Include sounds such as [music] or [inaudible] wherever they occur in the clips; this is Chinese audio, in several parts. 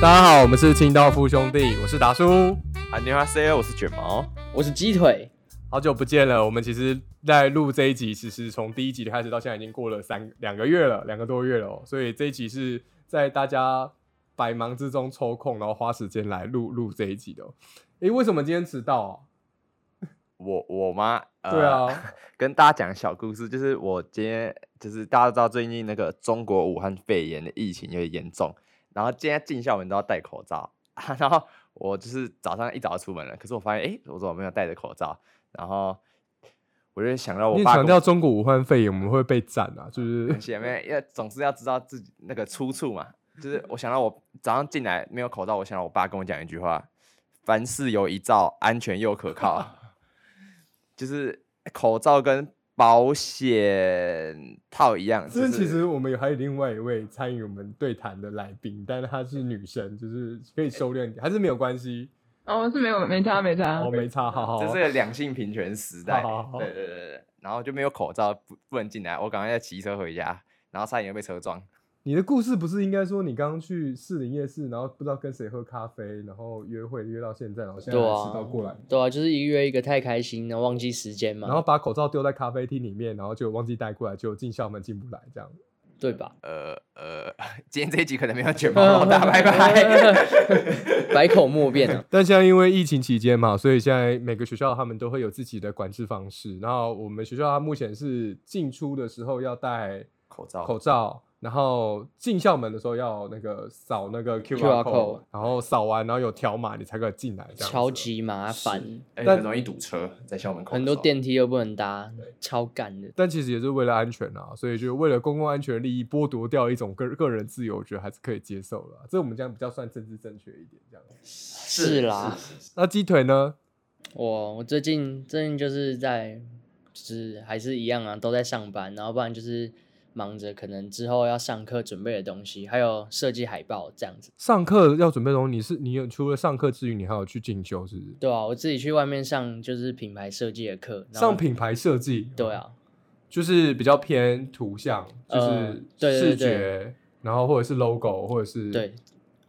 大家好，我们是清道夫兄弟，我是达叔， 안녕하세요，我是卷毛。我是鸡腿，好久不见了。我们其实，在录这一集，其实从第一集开始到现在已经过了三两个月了，两个多月了、哦，所以这一集是在大家百忙之中抽空，然后花时间来录录这一集的、哦。诶，为什么今天迟到啊、我我吗？呃对，啊，跟大家讲个小故事，就是我今天就是大家都知道最近那个中国武汉肺炎的疫情有点严重，然后今天进校门都要戴口罩， [laughs] 啊、然后我就是早上一早就出门了，可是我发现诶，我怎么没有戴着口罩？然后我就想到我因为爸跟强调我中国武汉肺炎，我们会被赞啊，就是 [laughs] 很前面要总是要知道自己那个出处嘛。就是我想到我早上进来没有口罩，我想到我爸跟我讲一句话：凡事有一罩，安全又可靠。 [laughs] 就是口罩跟保险套一样，就这是其实我们有还有另外一位参与我们对谈的来宾，但是她是女生，就是可以收敛一点，还是没有关系，哦，是没有没差没差。哦，没差，好好，啊这是个两性平权时代。好好好对对对对，然后就没有口罩不不能进来，我赶快要骑车回家，然后差点又被车撞。你的故事不是应该说你刚刚去士林夜市，然后不知道跟谁喝咖啡，然后约会约到现在，然后现在对还啊迟到过来，对啊，啊就是一个月一个太开心，然后忘记时间嘛，然后把口罩丢在咖啡厅里面，然后就忘记带过来，就进校门进不来这样。对吧？呃呃， [laughs] 今天这一集可能没有 [laughs] 卷毛老大，拜拜。 [laughs] 百口莫辩啊！但现在因为疫情期间嘛，所以现在每个学校他们都会有自己的管制方式。然后我们学校它目前是进出的时候要戴口罩，口罩，然后进校门的时候要那个扫那个 QR QR code， code 然后扫完然后有条码你才可以进来这样子。超级麻烦，哎但很容易堵车，在校门口的很多时候电梯又不能搭，超干的。但其实也是为了安全啊，所以就为了公共安全利益剥夺掉一种个个人自由，我觉得还是可以接受了啊、这我们这样比较算政治正确一点，这样。是啦，那鸡腿呢？我我最近最近就是在，就是还是一样啊，都在上班，然后不然就是忙着可能之后要上课准备的东西，还有设计海报这样子。上课要准备的东西，你是你有除了上课之余，你还有去进修，是不是？对啊，我自己去外面上就是品牌设计的课，然后上品牌设计，对，啊，就是比较偏图像，就呃是对对视对觉，然后或者是 logo，或者是对。，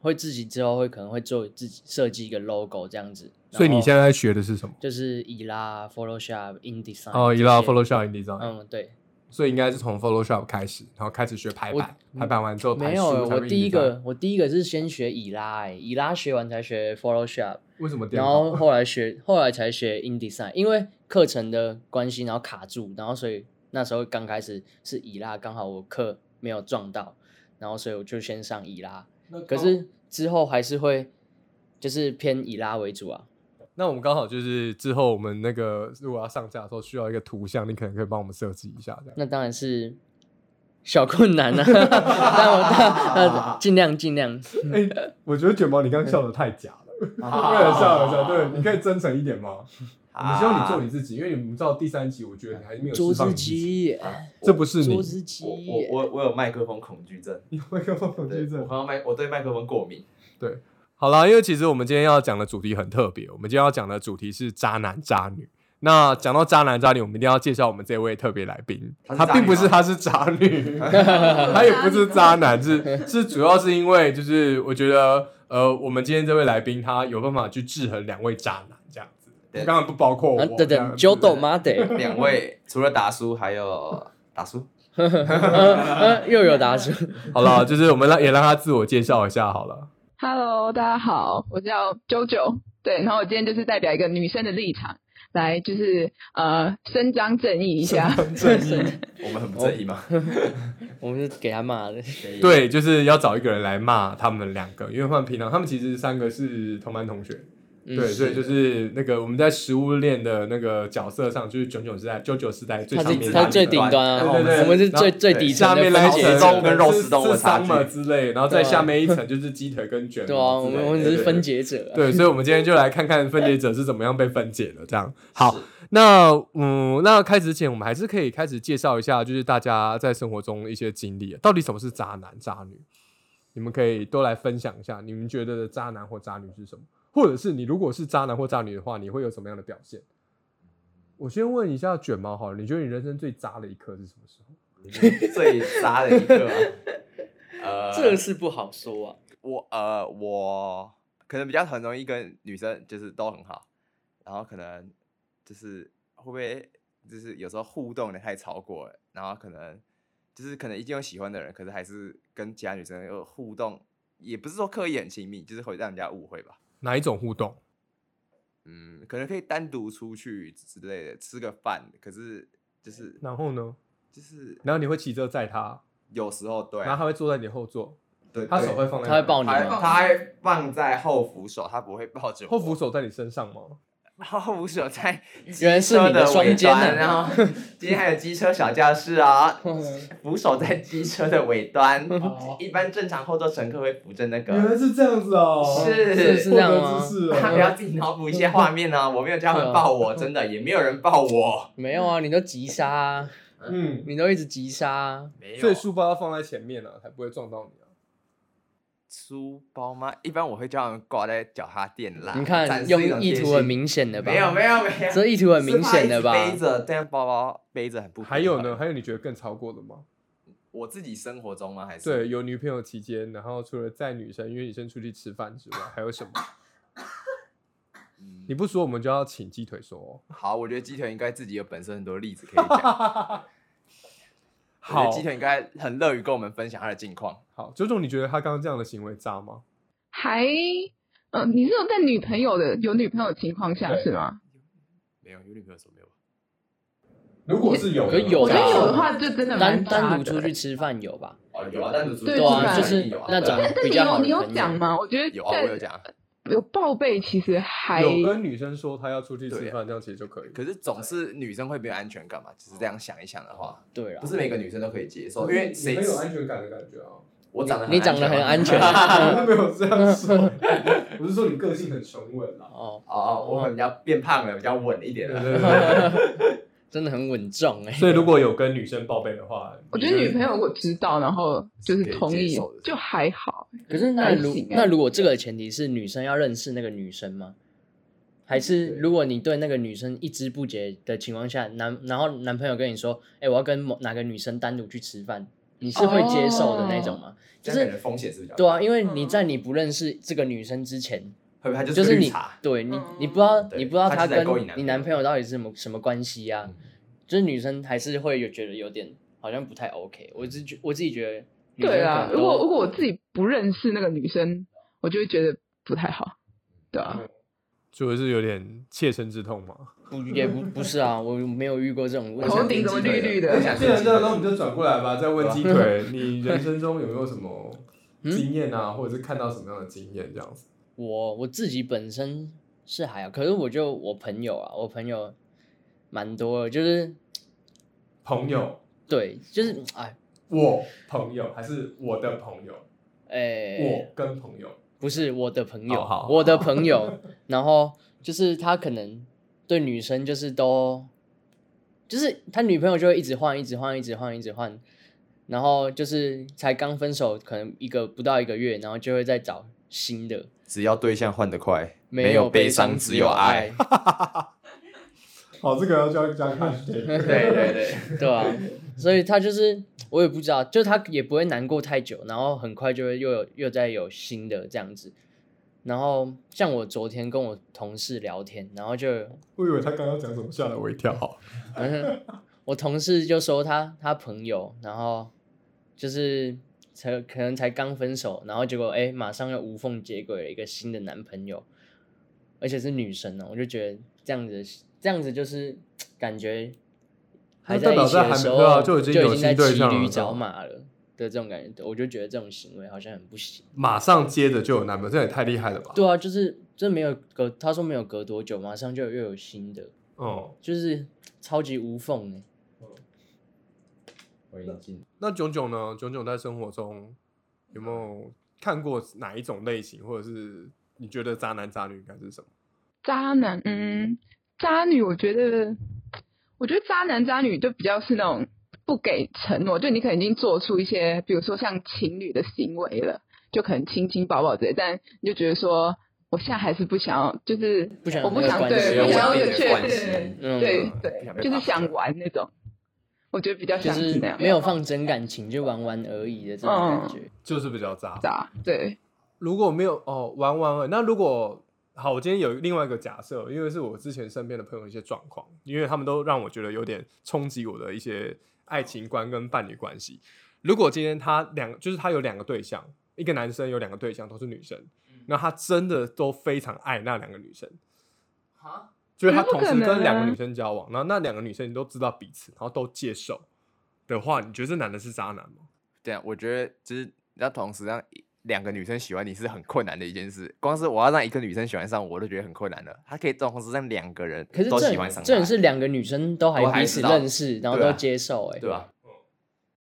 会自己之后会可能会做自己设计一个 logo 这样子。所以你然后现在在学的是什么？就是以拉 Photoshop、InDesign 哦，啊这伊拉些 Photoshop InDesign，、嗯，对，所以应该是从 Photoshop 开始，然后开始学排版，我排版完之后排没有欸书才我会第一 InDesign 个我第一个是先学以拉、欸，以拉学完才学 Photoshop，为什么颠然倒？后后来学后来才学 InDesign，因为课程的关系，然后卡住，然后所以那时候刚开始是以拉，刚好我课没有撞到，然后所以我就先上以拉，可 [laughs] 是之后还是会就是偏以拉为主啊，那我们刚好就是之后我们那个如果要上架的时候需要一个图像，你可能可以帮我们设计一下这样。那当然是小困难啊，但我但但尽量尽量。哎、我觉得卷毛你刚刚笑的太假了，为了笑而笑，对，你可以真诚一点吗？我们希望你 [laughs] 做你自己，因为你们知道第三集，我觉得你还没有捉释放自你自己，己，这不是你捉，自己我。啊我我我有麦克风恐惧症，你会跟我恐对惧我症。好像麦我对麦克风过敏。好啦，因为其实我们今天要讲的主题很特别，我们今天要讲的主题是渣男渣女。那讲到渣男渣女，我们一定要介绍我们这位特别来宾，他是他渣并女不是吗他是渣女， [laughs] 他也不是渣男，是是主要是因为就是我觉得呃，我们今天这位来宾他有办法去制衡两位渣男这样子，对当然不包括我啊，，等这样等，子九斗妈得，两位 [laughs] 除了达叔，还有达叔，呃又有答出，好了，就是我们让也让他自我介绍一下好了。 Hello，大家好，我叫啾啾，对，然后我今天就是代表一个女生的立场来，就是呃伸张正义一下。正义我们很不正义吗？我们是给他骂的。对，就是要找一个人来骂他们两个，因为他们平常他们其实三个是同班同学，嗯对，所以就是那个我们在食物链的的那个角色上，就是九九时代、九九时代最他上是面，他是最顶端啊，对对对我们是最然后最底下层的面分那一解层中跟肉丝中是的差距三码之类，然后再下面一层就是鸡腿跟卷啊对啊，毛我之类们的。我们只是对分解者 [laughs] 啊。对，所以，我们今天就来看看分解者是怎么样被分解的。这样，好，那嗯，那开始之前，我们还是可以开始介绍一下，就是大家在生活中的一些经历，到底什么是渣男、渣女？你们可以都来分享一下，你们觉得的渣男或渣女是什么？或者是你如果是渣男或渣女的话，你会有什么样的表现？我先问一下卷毛好了，你觉得你人生最渣的一刻是什么时候？ [laughs] 最渣的一个啊。这呃，是不好说啊。我呃我可能比较很容易跟女生就是都很好，然后可能就是会不会就是有时候互动的太超过了，然后可能就是可能已经有喜欢的人，可是还是跟其他女生有互动，也不是说刻意很亲密，就是会让人家误会吧。哪一种互动？嗯，可能可以单独出去之类的吃个饭，可是就是然后呢？就是然后你会骑车载他，有时候对啊，然后他会坐在你后座，对他对手会放在他会抱你还吗？他还放在后扶手，他不会抱着我后扶，手在你身上吗？后扶手 [laughs] 在原来是你的的双尾肩端，呢然后今天还有机车小教室啊，扶手在机车的尾端，哦一般正常后座乘客会扶着那个，是这样子哦是是这样获吗得知识他们要自己脑补一些画面啊，我没有叫他们抱嗯我，真的也没有人抱我，没有啊，你都急刹、啊，嗯，你都一直急刹、啊，没有，所以书包要放在前面啊，才不会撞到你啊。书包吗？一般我会叫他们挂在脚踏垫啊啦，你展看示一种用意贴图心很明显的吧？没有没有没有，这意图很明显的吧是？怕一直背着这样包包背着很不。还有呢？？还有你觉得更超过的吗？我自己生活中吗？还是对，有女朋友期间，然后除了载女生约女生出去吃饭之外，还有什么？嗯你不说我们就要请鸡腿 [laughs] 说、好，我觉得鸡腿应该自己有本身很多例子可以讲。哦。我觉好得鸡腿应该很乐于跟我们分享他的近况。好，九总，你觉得他刚刚这样的行为渣吗？还，呃，你是有在女朋友的有女朋友的情况下对是吗？没有，有女朋友说没有吧？如果是有可有我觉的啊得有的话就真的单蛮渣的单独出去吃饭有吧？哦，有啊，但是对对啊，吃饭就是有啊，那种对啊但但比你较好有的你有朋友讲？吗？我觉得有啊，我在有讲啊。有报备，其实还有呃跟女生说他要出去吃对饭，这样其实就可以。可是总是女生会没有安全感嘛？只是这样想一想的话，对啊不，是每个女生都可以接受，因为谁很有安全感的感觉啊？我长得你长得很安全他没有这样 [laughs] 说，我是说你个性很沉稳啊啦。 [laughs] 哦， [laughs] 哦，我比较变胖了，比较稳一点对了。对对。 [laughs] 真的很稳重哎、所以如果有跟女生报备的话，我觉得女朋友如果知道，然后就是同可以接意受的，就还好。可是那还如行啊那如果这个前提是女生要认识那个女生吗？还是对如果你对那个女生一知不觉的情况下，男然后男朋友跟你说，哎、我要跟某哪个女生单独去吃饭，你是会接受的那种吗？就这样感是觉风险是比较对高啊，因为你在你不认识这个女生之前，会不会他就就是是绿你茶？对你嗯你不知道对你不知道他他是在跟勾引男你朋男友朋友到底是什么什么关系啊？嗯就是女生还是会有觉得有点好像不太 OK，我自觉我自己觉得女生对可啊，能如果都如果我自己不认识那个女生，我就会觉得不太好。对嗯啊，就是有点切身之痛嘛。不也不不是啊，我没有遇过这种问头题。啊顶怎么绿绿的我想既然这样，那我们就转过来吧，再问鸡腿，你人生中有没有什么嗯经验啊，或者是看到什么样的经验这样子？我我自己本身是还好，可是我就我朋友啊，我朋友蛮多的，就是朋友，对，就是哎我朋友还是我的朋友，哎，我跟朋友，不是我的朋哦友好，我的朋 [laughs] 友，然后就是他可能对女生就是都，就是他女朋友就会一直换，一直换，一直换，一直换，然后就是才刚分手，可能一个不到一个月，然后就会再找新的，只要对象换得快，有悲伤伤，只有爱。。好，这个要叫加看 [laughs] 谁？对对对， [laughs] 对啊，所以他就是我也不知道，就他也不会难过太久，然后很快就会又有又再有新的这样子。然后像我昨天跟我同事聊天，然后就 [laughs] 我以为他刚刚讲什么，吓了我一跳。嗯我同事就说他他朋友，然后就是才可能才刚分手，然后结果哎、马上又无缝接轨了一个新的男朋友，而且是女生哦呢、我就觉得这样子这样子就是感觉还那代在表一是起还的没时对啊候就已经有已经在新对骑象了嗯驴是吧找马了的这种感觉，我就觉得这种行为好像很不行。马上接着就有男朋友，这也太厉害了吧？对啊，就是这没有隔，他说没有隔多久，马上就又有新的，哦，就是超级无缝哎、我已经那炯炯呢？炯炯在生活中有没有看过哪一种类型，或者是你觉得渣男渣女应该是什么？渣男，嗯，渣女，我觉得，我觉得渣男渣女就比较是那种不给承诺，就你可能已经做出一些，比如说像情侣的行为了，就可能亲亲抱抱之类，但你就觉得说，我现在还是不想要，就是不想有我不那个想关对系，我不想要有有稳定的确关系对嗯对不想对，就被是绑架想玩那种，我觉得比较就像是那样，嗯没有放真感情，就玩玩而已的这种感觉。就是比较渣。渣，对，如果没有哦，玩玩了。那如果好，我今天有另外一个假设，因为是我之前身边的朋友一些状况，因为他们都让我觉得有点冲击我的一些爱情观跟伴侣关系。如果今天他两就是他有两个对象，一个男生有两个对象都是女生，那他真的都非常爱那两个女生，哈，就是他那不同可时能跟两个啊女生交往，然后那两个女生你都知道彼此，然后都接受的话，你觉得这男的是渣男吗？对啊，我觉得就是要同时让一两个女生喜欢你是很困难的一件事。光是我要让一个女生喜欢上我，我都觉得很困难了。她可以同时让两个人可是都这喜欢上她，这也是两个女生都还都还彼此知道认识，然后对都啊接受、欸，对啊吧？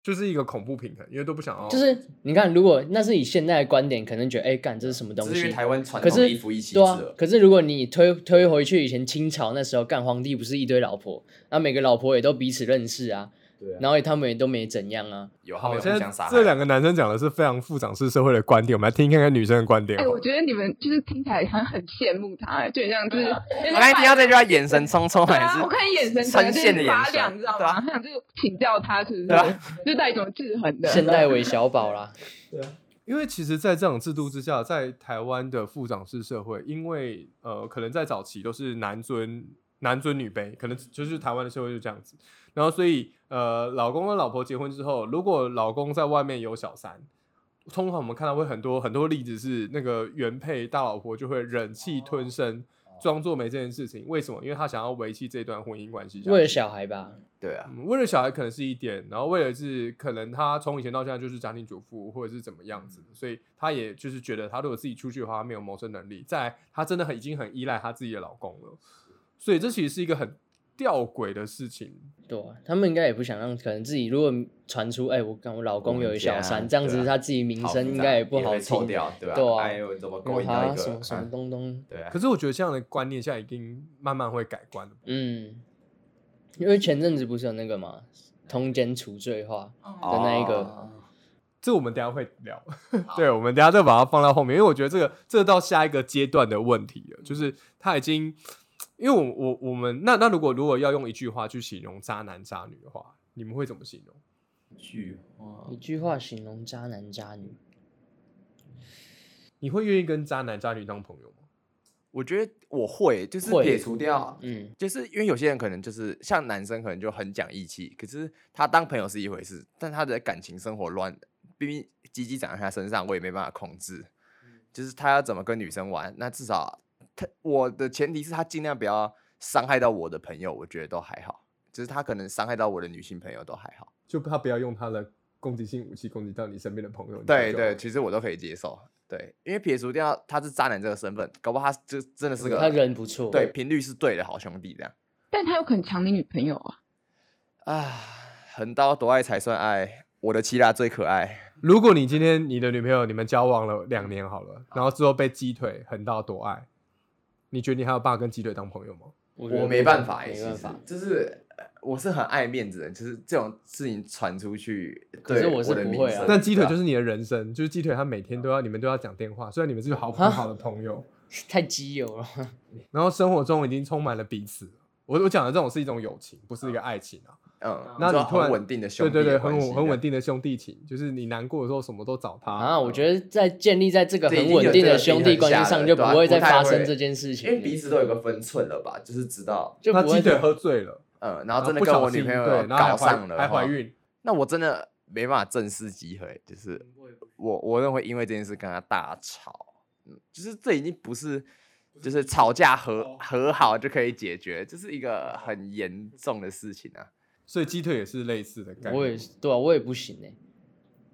就是一个恐怖平衡，因为都不想要，就是你看，如果那是以现在的观点，可能觉得哎，欸干、这是什么东这是因为西？台湾传可统的是一夫一妻制对啊了，。可是如果你推推回去以前清朝那时候，干皇帝不是一堆老婆，那每个老婆也都彼此认识啊，对啊然后也他们也都没怎样啊。有他好，们有现互在相杀这两害。个男生讲的是非常副长式社会的观点，我们来听看看女生的观点哎、好我了。觉得你们就是听起来好像很羡慕他、哎，就很像就是。啊我我刚才听到这句话，眼神匆匆，对还啊，是我看你眼神深可能陷就的是眼发亮，神，你知道对吗？啊他，想就请教他是不是？对啊就带一种制衡的。现代韦小宝啦，因为其实，在这种制度之下，在台湾的副长式社会，因为呃，可能在早期都是男尊男尊女卑，可能就是台湾的社会就这样子。然后，所以呃，老公跟老婆结婚之后，如果老公在外面有小三，通常我们看到会很多很多例子是那个原配大老婆就会忍气吞声，装作没这件事情。为什么？因为她想要维系这段婚姻关系下啊去。为了小孩吧，对啊，嗯为了小孩可能是一点，然后为了是可能他从以前到现在就是家庭主妇或者是怎么样子的，所以他也就是觉得他如果自己出去的话，他没有谋生能力。再来，他真的很已经很依赖他自己的老公了，所以这其实是一个很吊诡的事情。对啊、他们应该也不想让，可能自己如果传出哎、我跟我老公有一小我三，们这家啊样子他自己名好声复应杂该也不也好会臭听。掉，对对啊，啊哎呦，怎么勾然引后到一他个什么什么啊东东，对啊可，是我觉得这样的观念现在已经慢慢会改观了。嗯，因为前阵子不是有那个嘛，通奸除罪化，哦的那一个哦这我们等一下会聊， [laughs] 对，我们等一下再把它放到后面，因为我觉得这个这个到下一个阶段的问题了，就是嗯他已经，因为我我我们那那如果如果要用一句话去形容渣男渣女的话，你们会怎么形容？句话一句话形容渣男渣女，你会愿意跟渣男渣女当朋友吗？我觉得我会，就是会撇除掉，嗯，就是因为有些人可能就是像男生，可能就很讲义气，可是他当朋友是一回事，但他的感情生活乱，毕竟鸡鸡长在他身上，我也没办法控制。就是他要怎么跟女生玩，那至少他我的前提是他尽量不要伤害到我的朋友，我觉得都还好。就是他可能伤害到我的女性朋友都还好。就他不要用他的攻击性武器攻击到你身边的朋友。你嗯对就对，其实我都可以接受。对，因为撇除掉他是渣男这个身份，搞不好他就真的是个他人不错，对频率是对的好兄弟这样。但他有可能抢你女朋友啊！啊，横刀夺爱才算爱，我的希腊最可爱。如果你今天你的女朋友你们交往了两年好了，然后之后被鸡腿横到多爱，你觉得你还有办法跟鸡腿当朋友吗？我觉得我没办法、欸，没其办实法。就是呃我是很爱面子的，就是这种事情传出去，可是对我我是的不名会啊声但鸡腿就是是你的人生，就是鸡腿，他每天都嗯要你们都要讲电话，虽然你们是好啊很好的朋友，太基友 [laughs] 了，然后生活中已经充满了彼此。我我讲的这种是一种友情，不是一个爱情啊。嗯，那就你突然很稳定的对兄弟对对，的很关系稳很稳这样。定的兄弟情，就是你难过的时候什么都找他呃啊，我觉得在建立在这个这已很经稳有定这的个兄弟平衡关系下上，了就对吧不会不再太发会生这件事情因了，为彼此都有个分寸了吧，就是知道，就那不鸡会腿再喝醉了，嗯，然后真的不跟小我女心朋对友然后还搞怀上了，哦还怀，孕，那我真的没办法正式击回，就是我我认为因为这件事跟他大吵，嗯，就是这已经不是就是哦吵架和和好就可以解决，这是一个很严重的事情啊。所以鸡腿也是类似的概念。我也是，对啊，我也不行哎、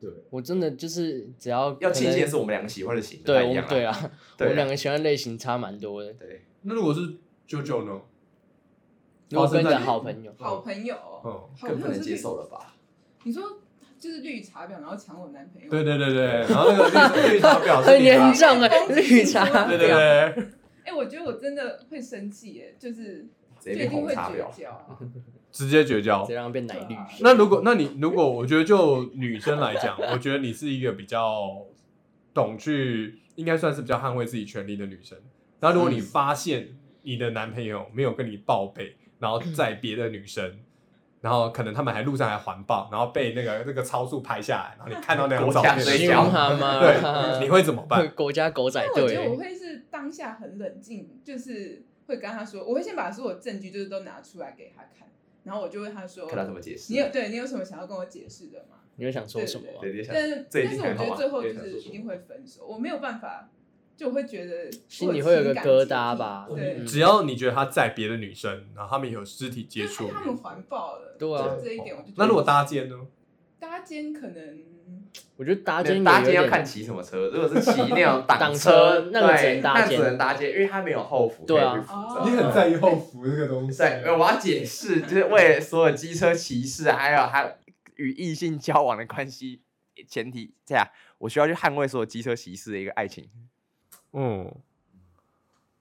对，我真的就是只要要可庆能幸的是我们两个喜欢的型不太对，我一们样 [laughs] 对啊，啊，我对们啊两个喜欢的类型差蛮多的。对，那如果是九九呢？如果跟发生你在的你好朋友，好朋友，嗯哦更不能接受了吧？你说就是绿茶婊，然后抢我男朋友对对对对，然后那个 [laughs] 绿绿茶婊是 [laughs] 很你吗严重哎，绿茶对对对，啊哎、我觉得我真的会生气耶，就是直接变红茶婊。 [laughs] 交。直接绝交再。让它变奶绿。那 [laughs] 如果，那你如果，我觉得就女生来讲， [laughs] 我觉得你是一个比较懂去，应该算是比较捍卫自己权利的女生。然后，如果你发现你的男朋友没有跟你报备，然后在别的女生然后可能他们还路上还环抱，然后被那个那个超速拍下来，然后你看到那张国照家片的水时饺 [laughs] 候，牛蛤蟆对，你会怎么办？国家狗仔但我觉得我队，欸会是当下很冷静，就是会跟他说，我会先把所有证据就是都拿出来给他看，然后我就问他说，看他怎么解释。啊你有对你有什么想要跟我解释的吗？你会想说什么啊？对，你想但是这一但定是还好我吧觉得最后这就一定还是不错一定会分手，我没有办法，就我会觉得心里会有个疙瘩吧我有情感洁嗯癖只要你觉得他在别的女生，然后他们有肢体接对，触就，他们环抱了，对啊就这一点我就觉得那如果搭肩呢？搭肩可能我觉得搭肩也搭有肩要点看骑什么车，如果 [laughs] 是骑那种挡车车，那个只对能搭那肩只能搭肩，因为它没有后扶可以对啊去扶着。你很意后扶这个东对，我要解释，就是为了所有机车骑士，还有还有与异性交往的关系前提下，我需要去捍卫所有机车骑士的一个爱情。嗯，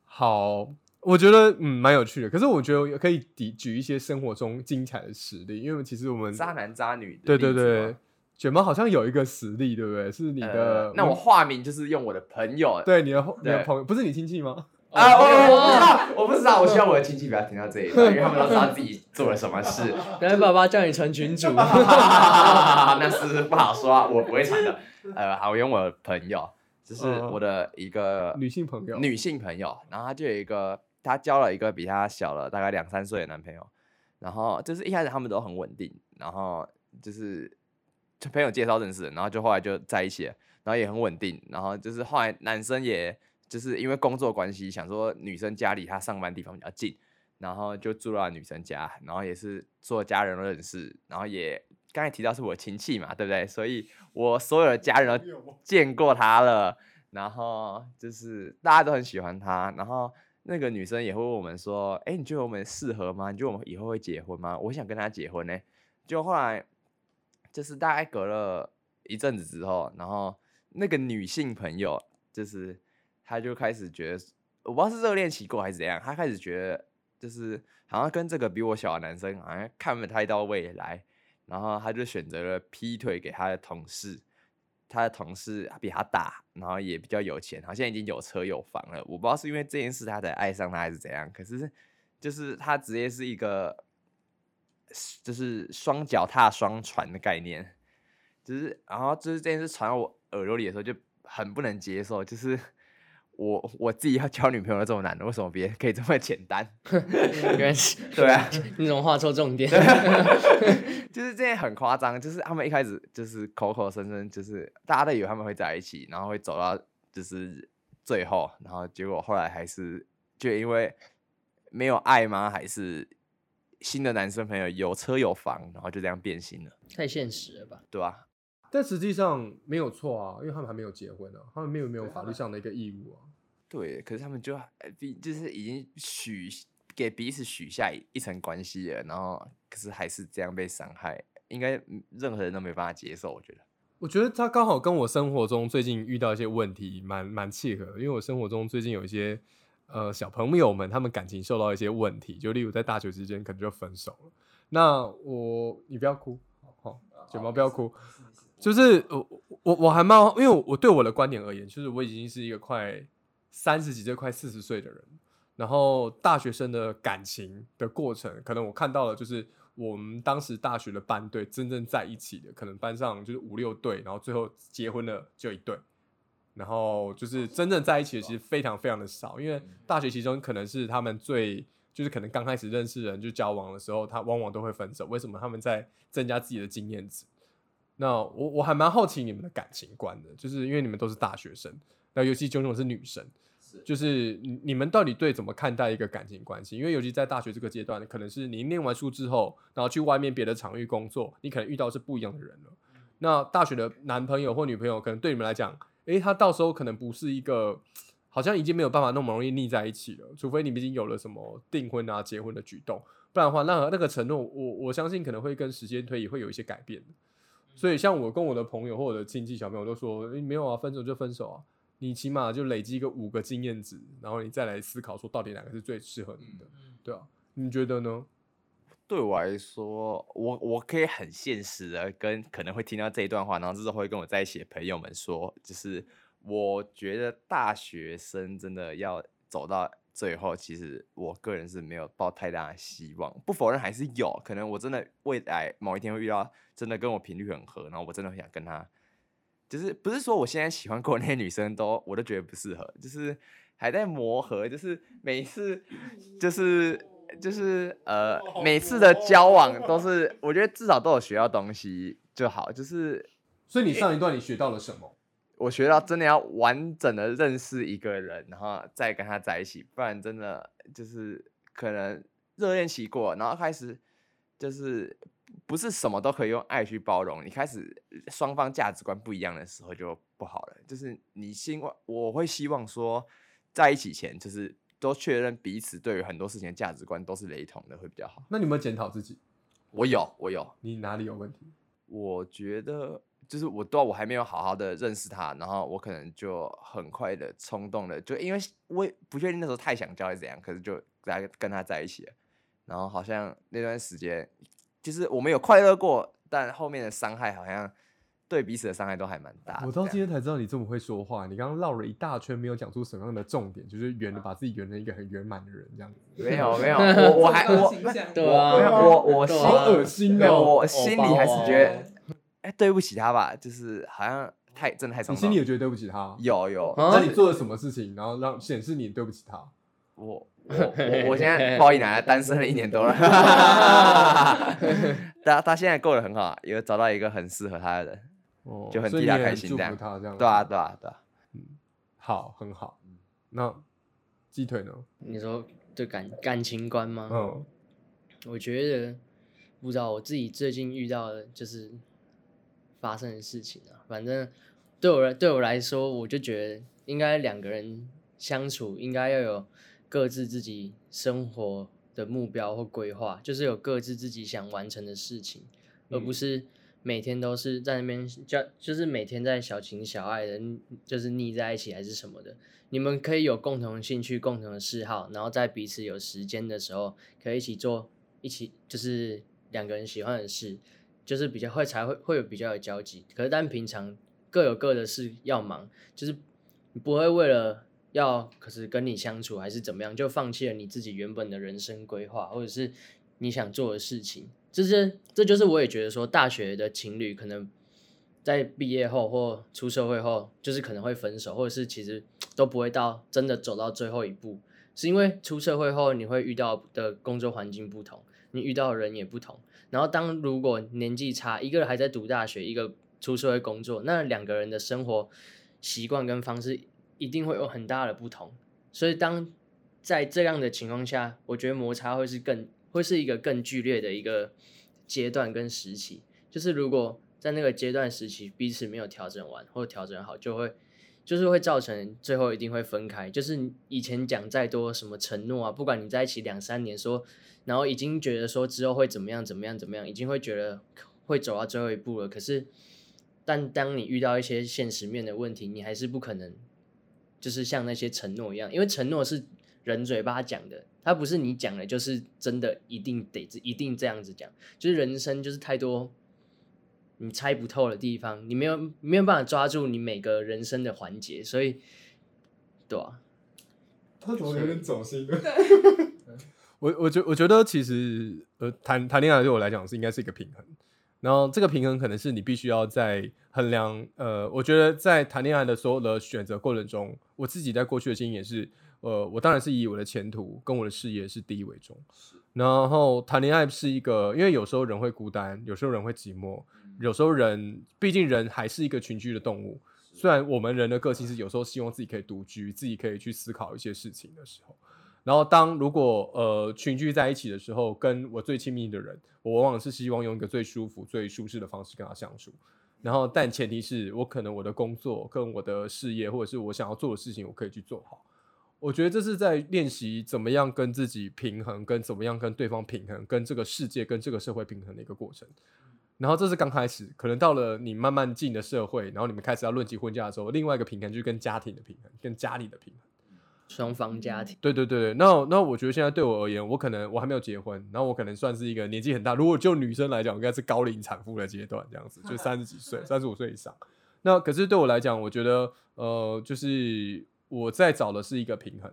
好，我觉得嗯蛮有趣的，可是我觉得可以举举一些生活中精彩的实例，因为其实我们渣男渣女的对例对子对吗，，卷毛好像有一个实例，对不对？是你的，呃，那我化名就是用我的朋友。对你的你的对朋友不是你亲戚吗？ [laughs] 啊，我我不知哦道，我不知道，我希望我的亲戚不要听到这一段，因为他们都知道自己做了什么 [laughs] 事。原来爸爸叫你成群 [laughs] 主，那是不好说啊，我不会传的。呃，好，我用我的朋友，就是我的一个女性朋友，女性朋友，然后她就有一个，她交了一个比她小了大概两三岁的男朋友，然后就是一开始他们都很稳定，然后就是就朋友介绍认识的，然后就后来就在一起了，然后也很稳定，然后就是后来男生也就是因为工作关系，想说女生家离他上班地方比较近，然后就住到女生家，然后也是做家人认识，然后也刚才提到是我亲戚嘛，对不对？所以我所有的家人都见过他了，然后就是大家都很喜欢他，然后那个女生也会问我们说：“哎，你觉得我们适合吗？你觉得我们以后会结婚吗？我想跟他结婚呢、就后来就是大概隔了一阵子之后，然后那个女性朋友就是她就开始觉得，我不知道是热恋期过还是怎样，她开始觉得就是好像跟这个比我小的男生好像看不太到未来，然后她就选择了劈腿给她的同事。她的同事比她大，然后也比较有钱，好像已经有车有房了。我不知道是因为这件事她才爱上他还是怎样，可是就是她直接是一个就是双脚踏双船的概念，就是然后就是这件事传到我耳朵里的时候就很不能接受，就是 [laughs] 我我自己要交女朋友都这么难了，为什么别人可以这么简单？ [laughs] 原来是对啊， [laughs] 你怎么画错重点？ [laughs] 就是这件很夸张，就是他们一开始就是口口声声就是大家都以为他们会在一起，然后会走到就是最后，然后结果后来还是就因为没有爱吗？还是新的男生朋友有车有房，然后就这样变心了，太现实了吧？对吧、但实际上没有错啊，因为他们还没有结婚啊，他们没有没有对法律上的一个义务啊。对，可是他们就呃比就是已经许给彼此许下一一层关系了，然后可是还是这样被伤害，应该嗯任何人都没办法接受，我觉得。我觉得他刚好跟我生活中最近遇到一些问题蛮蛮契合的，因为我生活中最近有一些呃小朋友们，他们感情受到一些问题，就例如在大学之间可能就分手了。那我你不要哭，好、卷毛不要哭，就是我我我还蛮，因为我我对我的观点而言，就是我已经是一个快三十几岁、快四十岁的人，然后大学生的感情的过程，可能我看到了，就是我们当时大学的班队真正在一起的，可能班上就是五六对，然后最后结婚的就一对，然后就是真正在一起的其实非常非常的少，因为大学其中可能是他们最就是可能刚开始认识人就交往的时候，他往往都会分手。为什么他们在增加自己的经验值？那我我还蛮好奇你们的感情观的，就是因为你们都是大学生，那尤其炯炯是女生，就是你你们到底对怎么看待一个感情关系？因为尤其在大学这个阶段，可能是你念完书之后，然后去外面别的场域工作，你可能遇到是不一样的人了。那大学的男朋友或女朋友，可能对你们来讲，诶，他到时候可能不是一个，好像已经没有办法那么容易腻在一起了，除非你们已经有了什么订婚啊、结婚的举动，不然的话，那那个承诺，我我相信可能会跟时间推移会有一些改变的。所以，像我跟我的朋友或我的亲戚小朋友都说，诶没有啊，分手就分手啊，你起码就累积个五个经验值，然后你再来思考说到底哪个是最适合嗯你的，嗯对啊？你觉得呢？对我来说，我我可以很现实的跟可能会听到这一段话，然后之后会跟我在一起的朋友们说，就是我觉得大学生真的要走到最后其实我个人是没有抱太大的希望，不否认还是有可能，我真的未来某一天会遇到真的跟我频率很合，然后我真的很想跟他，就是不是说我现在喜欢过的那些女生都我都觉得不适合，就是还在磨合，就是每一次就是。就是呃，每次的交往都是，我觉得至少都有学到东西就好。就是所以你上一段你学到了什么？我学到真的要完整的认识一个人，然后再跟他在一起，不然真的就是可能热恋期过，然后开始就是不是什么都可以用爱去包容。你开始双方价值观不一样的时候就不好了，就是你希望我会希望说，在一起前就是都确认彼此对于很多事情的价值观都是雷同的会比较好。那你有没有检讨自己？我有，我有，你哪里有问题？我觉得就是我对啊我还没有好好的认识他，然后我可能就很快的冲动的，就因为我也不确定那时候太想交还是怎样，可是就来跟他在一起了。然后好像那段时间，就是我们有快乐过，但后面的伤害好像对彼此的伤害都还蛮啊大的这样。我到今天才知道你这么会说话，你刚刚绕了一大圈，没有讲出什么样的重点，就是圆的把自己圆成一个很圆满的人这样子，没有 [laughs] 没有，我我还我形象对啊没有我我对心好啊恶心没有哦！我心里还是觉偶包得哦，哎，对不起他吧，就是好像太真的太你冲动心了。里有觉得对不起他？有有，啊那你做了什么事情，然后让显示你对不起他？ [laughs] 我我我我现在不好意思啊，单身了一年多了，他他现在过得很好，啊有找到一个很适合他的人，哦就很所以替你他也开很心祝这福样他这样。对啊，对啊对啊，好，很好。那鸡腿呢？你说对感感情观吗？嗯，我觉得不知道我自己最近遇到的就是发生的事情啊，反正对我来对我来说，我就觉得应该两个人相处应该要有各自自己生活的目标或规划，就是有各自自己想完成的事情，而不是每天都是在那边叫，就是每天在小情小爱的，就是腻在一起还是什么的。你们可以有共同的兴趣、共同的嗜好，然后在彼此有时间的时候，可以一起做，一起就是两个人喜欢的事，就是比较会才会会有比较有交集。可是但平常各有各的事要忙，就是你不会为了要可是跟你相处还是怎么样，就放弃了你自己原本的人生规划，或者是你想做的事情。这是这就是我也觉得说，大学的情侣可能在毕业后或出社会后，就是可能会分手，或者是其实都不会到真的走到最后一步，是因为出社会后你会遇到的工作环境不同，你遇到的人也不同。然后当如果年纪差，一个还在读大学，一个出社会工作，那两个人的生活习惯跟方式一定会有很大的不同。所以当在这样的情况下，我觉得摩擦会是更会是一个更剧烈的一个阶段跟时期。就是如果在那个阶段时期彼此没有调整完或调整好，就会就是会造成最后一定会分开。就是你以前讲再多什么承诺啊，不管你在一起两三年说，然后已经觉得说之后会怎么样怎么样怎么样，已经会觉得会走到最后一步了。可是，但当你遇到一些现实面的问题，你还是不可能就是像那些承诺一样，因为承诺是人嘴巴讲的，它不是你讲的，就是真的一定得一定这样子讲。就是人生就是太多你猜不透的地方，你没有没有办法抓住你每个人生的环节，所以对啊，他怎么有点走心？对，我我觉我觉得其实呃谈谈恋爱对我来讲是应该是一个平衡，然后这个平衡可能是你必须要在衡量呃，我觉得在谈恋爱的所有的选择过程中，我自己在过去的经验也是呃，我当然是以我的前途跟我的事业是第一为重，然后谈恋爱是一个，因为有时候人会孤单，有时候人会寂寞，有时候人毕竟人还是一个群居的动物，虽然我们人的个性是有时候希望自己可以独居，自己可以去思考一些事情的时候。然后当如果呃群居在一起的时候，跟我最亲密的人，我往往是希望用一个最舒服、最舒适的方式跟他相处。然后，但前提是我可能我的工作跟我的事业，或者是我想要做的事情，我可以去做好。我觉得这是在练习怎么样跟自己平衡，跟怎么样跟对方平衡，跟这个世界、跟这个社会平衡的一个过程。然后这是刚开始，可能到了你慢慢进了社会，然后你们开始要论及婚嫁的时候，另外一个平衡就是跟家庭的平衡，跟家里的平衡。双方家庭对对对，那那我觉得现在对我而言，我可能我还没有结婚，然后我可能算是一个年纪很大。如果就女生来讲，我应该是高龄产妇的阶段，这样子就三十几岁、三十五岁以上。那可是对我来讲，我觉得呃，就是我在找的是一个平衡，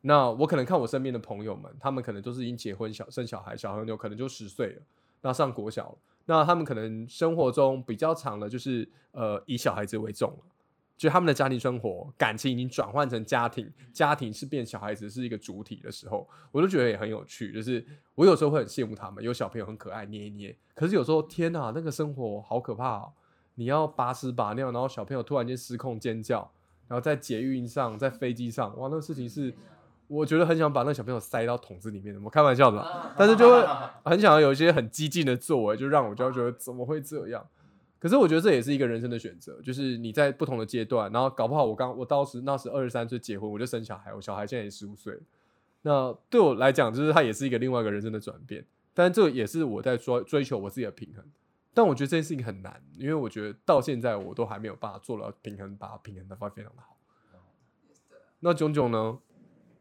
那我可能看我身边的朋友们，他们可能都是已经结婚小生小孩，小朋友可能就十岁了，那上国小了，那他们可能生活中比较长的，就是呃以小孩子为重了。就他们的家庭生活、感情已经转换成家庭，家庭是变小孩子是一个主体的时候，我就觉得也很有趣。就是我有时候会很羡慕他们，有小朋友很可爱，捏一捏。可是有时候，天哪，那个生活好可怕哦！你要把屎把尿，然后小朋友突然间失控尖叫，然后在捷运上、在飞机上，哇，那个事情是，我觉得很想把那个小朋友塞到桶子里面的。我开玩笑的啦，但是就会很想要有一些很激进的作为，就让我就觉得怎么会这样？可是我觉得这也是一个人生的选择，就是你在不同的阶段，然后搞不好我刚我当时那时二十三岁结婚，我就生小孩，我小孩现在也十五岁了，那对我来讲，就是它也是一个另外一个人生的转变，但这也是我在追追求我自己的平衡。但我觉得这件事情很难，因为我觉得到现在我都还没有办法做到平衡，把它平衡的发非常的好。嗯那炯炯呢？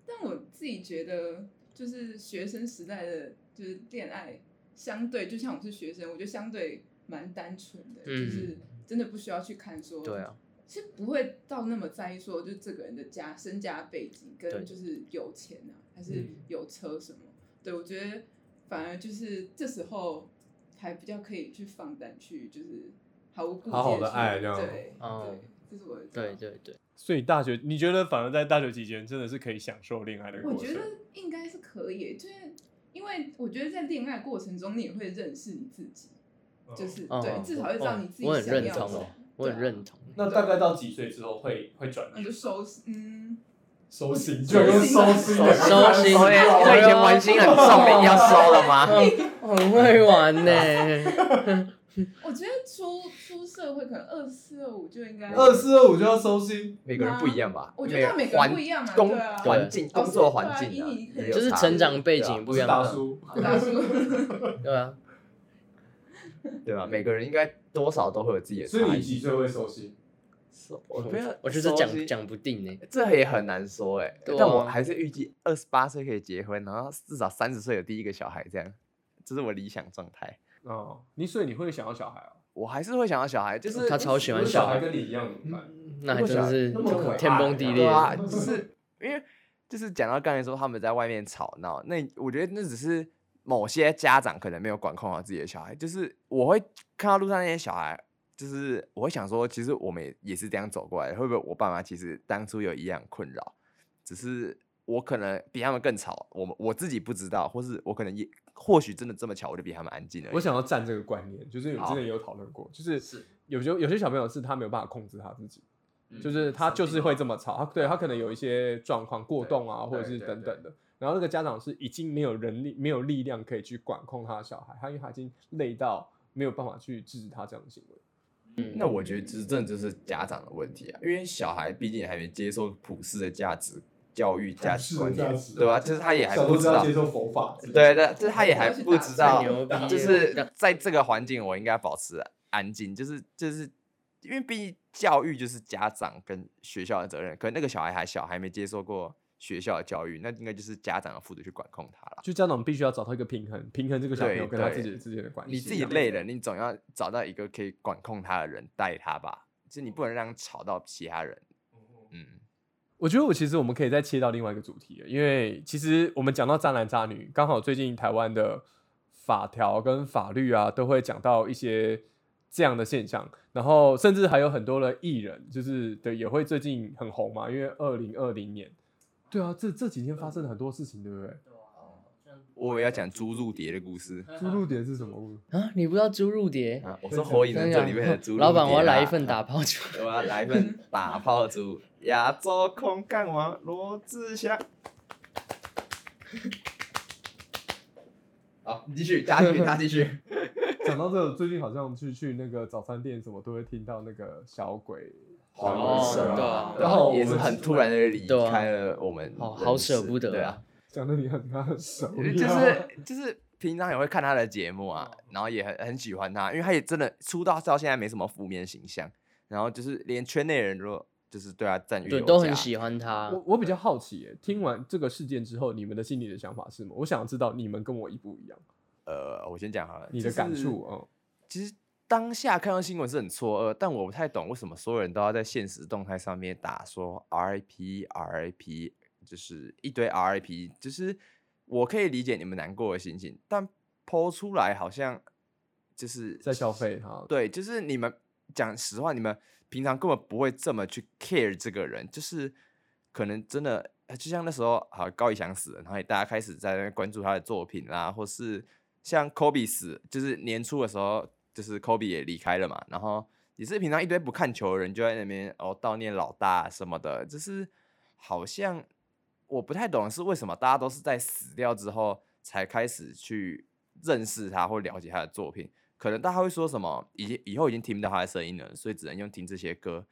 但我自己觉得，就是学生时代的就是恋爱，相对就像我是学生，我觉得相对蛮单纯的，嗯就是真的不需要去看说，对啊，其实不会到那么在意说，就这个人的家身家背景对跟就是有钱啊，还是嗯有车什么。对我觉得反而就是这时候还比较可以去放胆去，就是毫无顾忌地好好地去爱这样对，哦对，这是我的对啊对对，所以大学你觉得反而在大学期间真的是可以享受恋爱的我过觉程得？应该是可以，就是因为我觉得在恋爱过程中，你也会认识你自己，嗯就是、哦对，至少会知道你自己我很想认要什同哦么。，我很认同。那大概到几岁之后会会转那就收拾，嗯，收心，就用收心的收心我也我以前玩心很重，你要收了 [laughs] 吗？很会玩呢、 [laughs] 我觉得出出社会可能二四二五就应该二四二五就要收心，每个人不一样吧？我觉得每个人环不一样嘛工对啊环境、对工作环境哦啊是对啊因为你可能也有就是差啊成长背景不一样大嘛，叔。好大叔， [laughs] 对啊，对啊吧？每个人应该多少都会有自己的所以差你异。几岁会收心？我没有，我就是讲收讲不定呢、这也很难说哎、对啊但我还是预计二十八岁可以结婚，然后至少三十岁有第一个小孩，这样，这是我理想状态。哦，你所以你会想要小孩哦？我还是会想要小孩，就是他超喜如欢果小孩，跟你一样怎么办？嗯那还真的是那么可爱天崩地裂对。啊，就是因为就是讲到刚才说他们在外面吵闹，那我觉得那只是某些家长可能没有管控好自己的小孩，就是我会看到路上那些小孩。就是我会想说，其实我们也也是这样走过来的，会不会我爸妈其实当初有一样困扰，只是我可能比他们更吵，我们我自己不知道，或是我可能也或许真的这么巧，我就比他们安静了。我想要站这个观念，就是你之前也有讨论过，就是有些有些小朋友是他没有办法控制他自己，嗯就是他就是会这么吵，他对他可能有一些状况过动啊，或者是等等的。然后那个家长是已经没有人力、没有力量可以去管控他的小孩，他因为他已经累到没有办法去制止他这样的行为。那我觉得这真的就是家长的问题啊，因为小孩毕竟也还没接受普世的价值、教育价值观念普世的价，值啊对吧、啊就是他也还不知道，受佛法，对对，就是他也还不知道太牛逼了，就是在这个环境我应该保持安静，就是就是因为毕竟教育就是家长跟学校的责任，可能那个小孩还小，还没接受过学校的教育，那应该就是家长要负责去管控他了。就家长必须要找到一个平衡，平衡这个小朋友对跟他对自己之间的关系。你自己累了，你总要找到一个可以管控他的人带他吧，就是你不能让他吵到其他人，嗯。我觉得我其实我们可以再切到另外一个主题了，因为其实我们讲到渣男渣女，刚好最近台湾的法条跟法律啊，都会讲到一些这样的现象，然后甚至还有很多的艺人，就是对也会最近很红嘛，因为二零二零年，对啊，这这几天发生了很多事情，对不对？我也要讲猪入蝶的故事猪入点是什么？啊，你不知道猪入碟？啊！我说《火影忍真者》的里面 [laughs] [laughs] 的猪入蝶啊老板，我要来一份打，泡 [laughs] 猪。我要来一份打炮猪，亚洲空干王罗志祥。好，你继续，大家继续，大家继续。讲到这个，最近好像去去那个早餐店什么，都会听到那个小鬼黄哦文生对啊啊，然后也是很突然的离对啊开了我们人世，好好舍不得对啊啊，讲的你很他很熟，呃就 [laughs] 是就是平常也会看他的节目哦啊，然后也很很喜欢他，因为他也真的出道到现在没什么负面形象，然后就是连圈内人如果就是对他赞誉对，有都加很喜欢他。我我比较好奇耶，听完这个事件之后，你们的心里的想法是什么？我想知道你们跟我一不一样，呃，我先讲好了，你的就是感触啊。其实当下看到新闻是很错愕，但我不太懂为什么所有人都要在现实动态上面打说 RIP RIP 就是一堆 RIP，就是我可以理解你们难过的心情，但剖出来好像就是在消费他，对，就是你们讲实话，你们平常根本不会这么去 care 这个人，就是可能真的呃就像那时候好高以翔死了，然后也大家开始在那边关注他的作品啦，或是像 Kobe 死，就是年初的时候，就是 Kobe 也离开了嘛，然后也是平常一堆不看球的人就在那边哦悼念老大什么的，就是好像我不太懂是为什么大家都是在死掉之后才开始去认识他或了解他的作品。可能大家会说什么，已经以后已经听不到他的声音了，所以只能用听这些歌。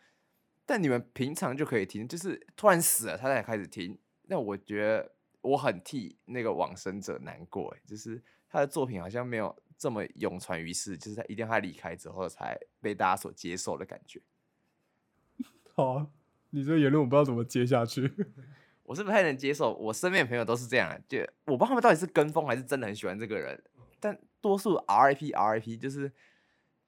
但你们平常就可以听，就是突然死了，他才开始听。那我觉得我很替那个往生者难过，欸就是他的作品好像没有这么永传于世，就是他一定要他离开之后才被大家所接受的感觉。好啊，你这个言论我不知道怎么接下去。我是不太能接受，我身边的朋友都是这样，啊就我不知道他们到底是跟风还是真的很喜欢这个人，但多数 RIP RIP 就是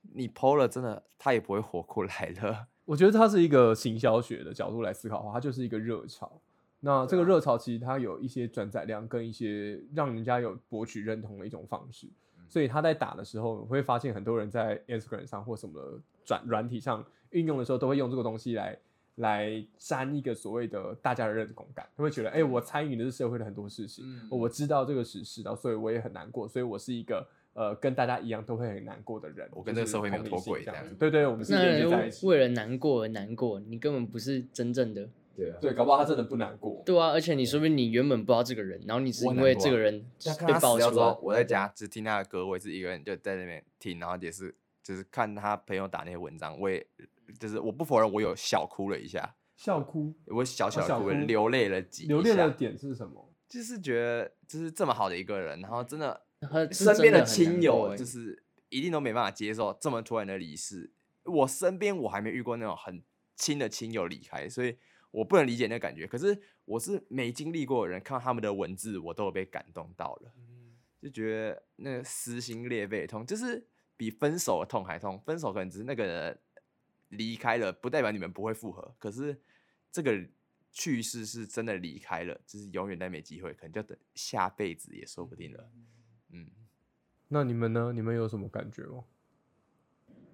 你 PO 了，真的他也不会活过来了。我觉得它是一个行销学的角度来思考的话，它就是一个热潮。那这个啊热潮其实它有一些转载量跟一些让人家有博取认同的一种方式，嗯所以他在打的时候，你会发现很多人在 Instagram 上或什么转软体上运用的时候，都会用这个东西来来沾一个所谓的大家的认同感，他会觉得，哎、我参与的是社会的很多事情，嗯我知道这个时事，然后所以我也很难过，所以我是一个呃跟大家一样都会很难过的人。我跟这个就是社会没有同理脱轨心这这样样子。子对对，我们是那连接人在为一起。为了难过而难过，你根本不是真正的。对啊，对，搞不好他真的不难过。对啊，而且你说不定你原本不知道这个人，然后你是我因难为过这啊个人那看被他死爆掉出之后来，，我在家只听他的歌，我也是一个人就在那边听，然后也是就是看他朋友打那些文章，我也就是我不否认我有小哭了一下，笑哭，我小哦小小的哭哭流泪了几留一恋下的点是什么？就是觉得就是这么好的一个人，然后真的他是身真边的的很亲难过友欸就是一定都没办法接受这么突然的离世。我身边我还没遇过那种很亲的亲友离开，所以我不能理解那感觉。可是我是没经历过的人，看到他们的文字，我都有被感动到了，嗯就觉得那个撕心裂肺的痛，就是比分手的痛还痛。分手可能只是那个人离开了，不代表你们不会复合，可是这个。去世是真的离开了，就是永远都没机会，可能就等下辈子也说不定了。嗯，那你们呢？你们有什么感觉吗？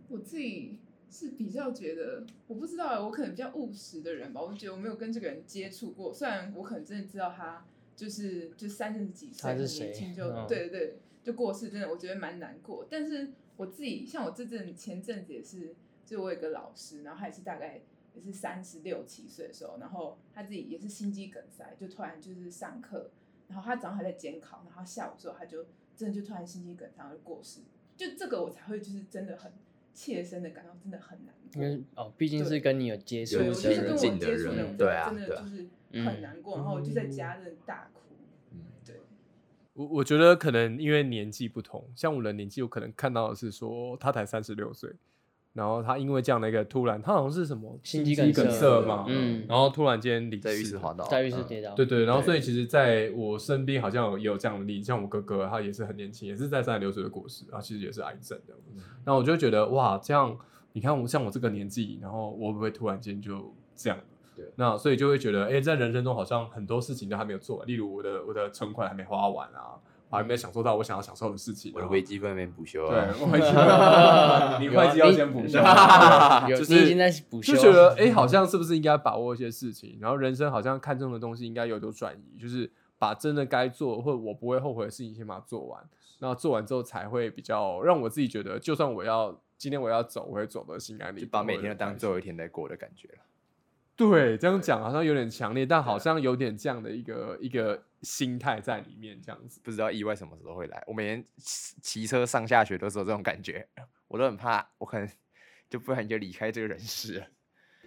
我自己是比较觉得，我不知道欸，我可能比较务实的人吧，我觉得我没有跟这个人接触过，虽然我可能真的知道他就是就三十几岁他很是谁年轻就、嗯对对对就过世，真的我觉得蛮难过。但是我自己像我这阵前阵子也是，就我有一个老师，然后他也是大概也是三十六七岁的时候，然后他自己也是心肌梗塞，就突然就是上课，然后他早上还在监考，然后下午的时候他就真的就突然心肌梗塞然后就过世，就这个我才会就是真的很切身的感到真的很难因过。为哦，毕竟是对跟你有接触对，有我就是的跟人人，我接近的触的人人对啊真的对就啊是很难嗯过，然后我就在家真的大哭。对，我我觉得可能因为年纪不同，像我的年纪，我可能看到的是说他才三十六岁，然后他因为这样的一个突然，他好像是什么心肌肌梗梗塞塞嘛，嗯然后突然间离在浴世室了滑倒，在浴室嗯跌倒，对对，然后所以对 [laughs] 其实在我身边好像有也有这样的例子，像我哥哥他也是很年轻，也是在三十六岁的过世，然后其实也是癌症的。那我就觉得哇，这样你看我像我这个年纪，然后我会不会突然间就这样？对那所以就会觉得，哎，在人生中好像很多事情都还没有做完，例如我的我的存款还没花完啊，我还没有嗯享受到我想要享受的事情啊、我的危机分没补休对，啊，我会 [laughs] [laughs] 计，你有啊会计要你先补有上。[laughs] 有就是你已经在补就修，觉得哎、诶好像是不是应该把握一些事情？然后人生好像看重的东西应该有所转移，就是把真的该做或者我不会后悔的事情先把它做完。那做完之后才会比较让我自己觉得，就算我要今天我要走，我会走的心安理就得。把每天都当最做后一天在过的感觉了。对啊这样讲好像有点强烈，但好像有点这样的一个一个心态在里面，这样子。不知道意外什么时候会来。我每天骑骑车上下学都是有这种感觉， [laughs] 我都很怕，我可能就不然就离开这个人世了。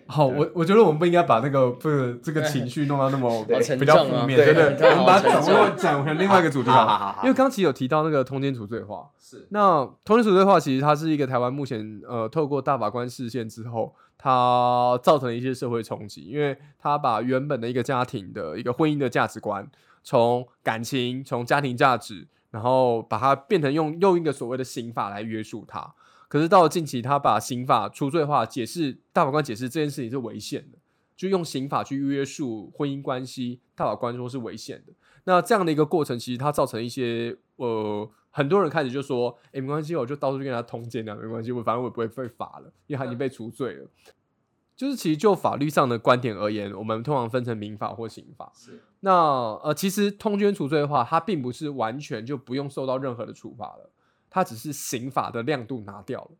好，我我觉得我们不应该把那个这个这个情绪弄到那么对比较负面，对好沉重啊对，对我们把它转好沉重过转回另外一个主题好 [laughs] 好了好 [laughs] 好好因为刚刚其实有提到那个通奸除罪化，是那通奸除罪化其实它是一个台湾目前呃透过大法官视线之后，它造成了一些社会冲击，因为它把原本的一个家庭的一个婚姻的价值观，从感情从家庭价值，然后把它变成用用一个所谓的刑法来约束它。可是到了近期，他把刑法除罪化解释，大法官解释这件事情是违宪的，就用刑法去约束婚姻关系，大法官说是违宪的。那这样的一个过程，其实它造成一些呃，很多人开始就说，哎、没关系，我就到处跟他通奸啊，没关系，我反正我也不会被罚了，因为嗯他已经被除罪了。就是其实就法律上的观点而言，我们通常分成民法或刑法。是那呃，其实通奸除罪的话，它并不是完全就不用受到任何的处罚了，它只是刑法的亮度拿掉了，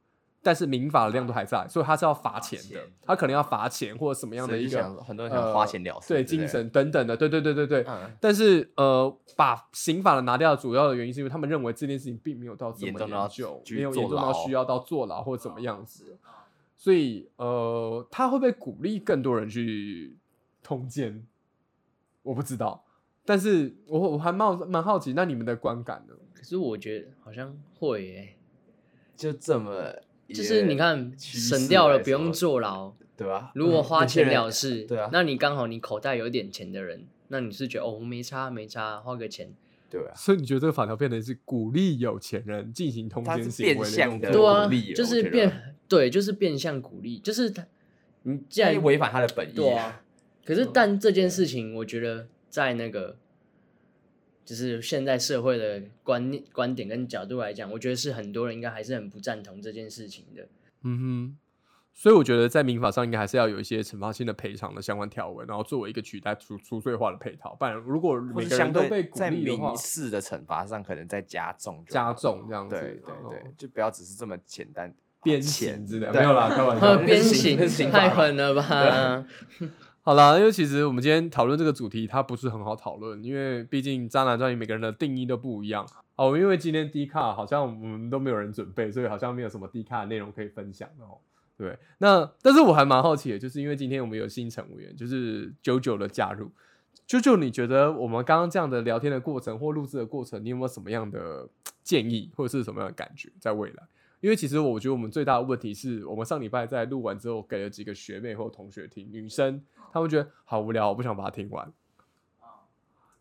但是民法的亮度还在，所以它是要罚钱罚的钱，它可能要罚钱或者什么样的一所以就个呃想很多人想花钱了事对之类精的神等等的，对对对对对。嗯，但是呃，把刑法的拿掉，主要的原因是因为他们认为这件事情并没有到这么严重到究，去没有坐严重到牢需要到坐牢或怎么样子，所以呃，他会不会鼓励更多人去通奸？我不知道，但是我我还蛮好蛮好奇，那你们的观感呢？可是我觉得好像会欸耶、就这么也就是你看趋势省掉了，来不用说坐牢。对吧？如果花有些钱人了事，对啊那你刚好你口袋有点钱的人，那你是觉得哦没差没差，花个钱，对啊，所以你觉得这个法条变成是鼓励有钱人进行通它奸是行为变一相种的做对法啊鼓励，就我是觉得变对，就是变相鼓励，就是他，你既他然哎也违反他的本意，对啊，可是嗯但这件事情，我觉得在那个就是现在社会的观念、观点跟角度来讲，我觉得是很多人应该还是很不赞同这件事情的。嗯哼，所以我觉得在民法上应该还是要有一些惩罚性的赔偿的相关条文，然后作为一个取代除除罪化的配套。不然，如果或每是个相人都对被鼓在励的话民，事的惩罚上，可能再加重就加。好重这样子，对对对哦，，就不要只是这么简单。鞭钱刑之类的，对没有啦，开 [laughs] 玩 [laughs] 呃笑。鞭刑啊那是刑法啊太吧狠了 [laughs] 吧？好啦，因为其实我们今天讨论这个主题，它不是很好讨论，因为毕竟渣男渣女每个人的定义都不一样。哦，因为今天 D 卡好像我们都没有人准备，所以好像没有什么 D 卡内容可以分享哦。对，那但是我还蛮好奇的，就是因为今天我们有新成员，就是九九的加入。九九，你觉得我们刚刚这样的聊天的过程或录制的过程，你有没有什么样的建议，或者是什么样的感觉在未来？因为其实我觉得我们最大的问题是我们上礼拜在录完之后，给了几个学妹或同学听，女生她们觉得好无聊，我不想把它听完。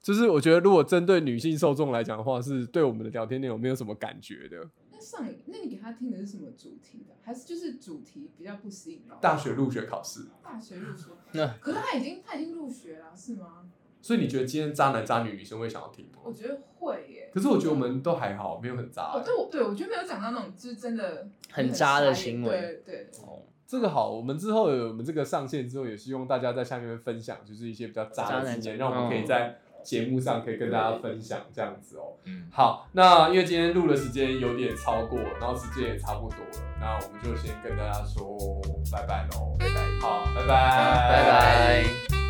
就是我觉得，如果针对女性受众来讲的话，是对我们的聊天内容没有什么感觉的。那上你，那你给他听的是什么主题的？还是就是主题比较不吸引到大学入学考试，大学入学？那可是他已经他已经入学了，是吗？所以你觉得今天渣男渣女女生会想要听我吗？觉得会耶。可是我觉得我们都还好，没有很渣、哦，对，我对我觉得没有讲到那种就是真的很渣傻的眼行为，对对，哦，这个好，我们之后有我们这个上线之后，也希望大家在下面分享，就是一些比较渣渣的男经验，经让我们可以嗯在节目上可以跟大家分享这样子哦。嗯好，那因为今天录的时间有点超过，然后时间也差不多了，那我们就先跟大家说拜拜喽。拜拜。好，拜拜，拜拜。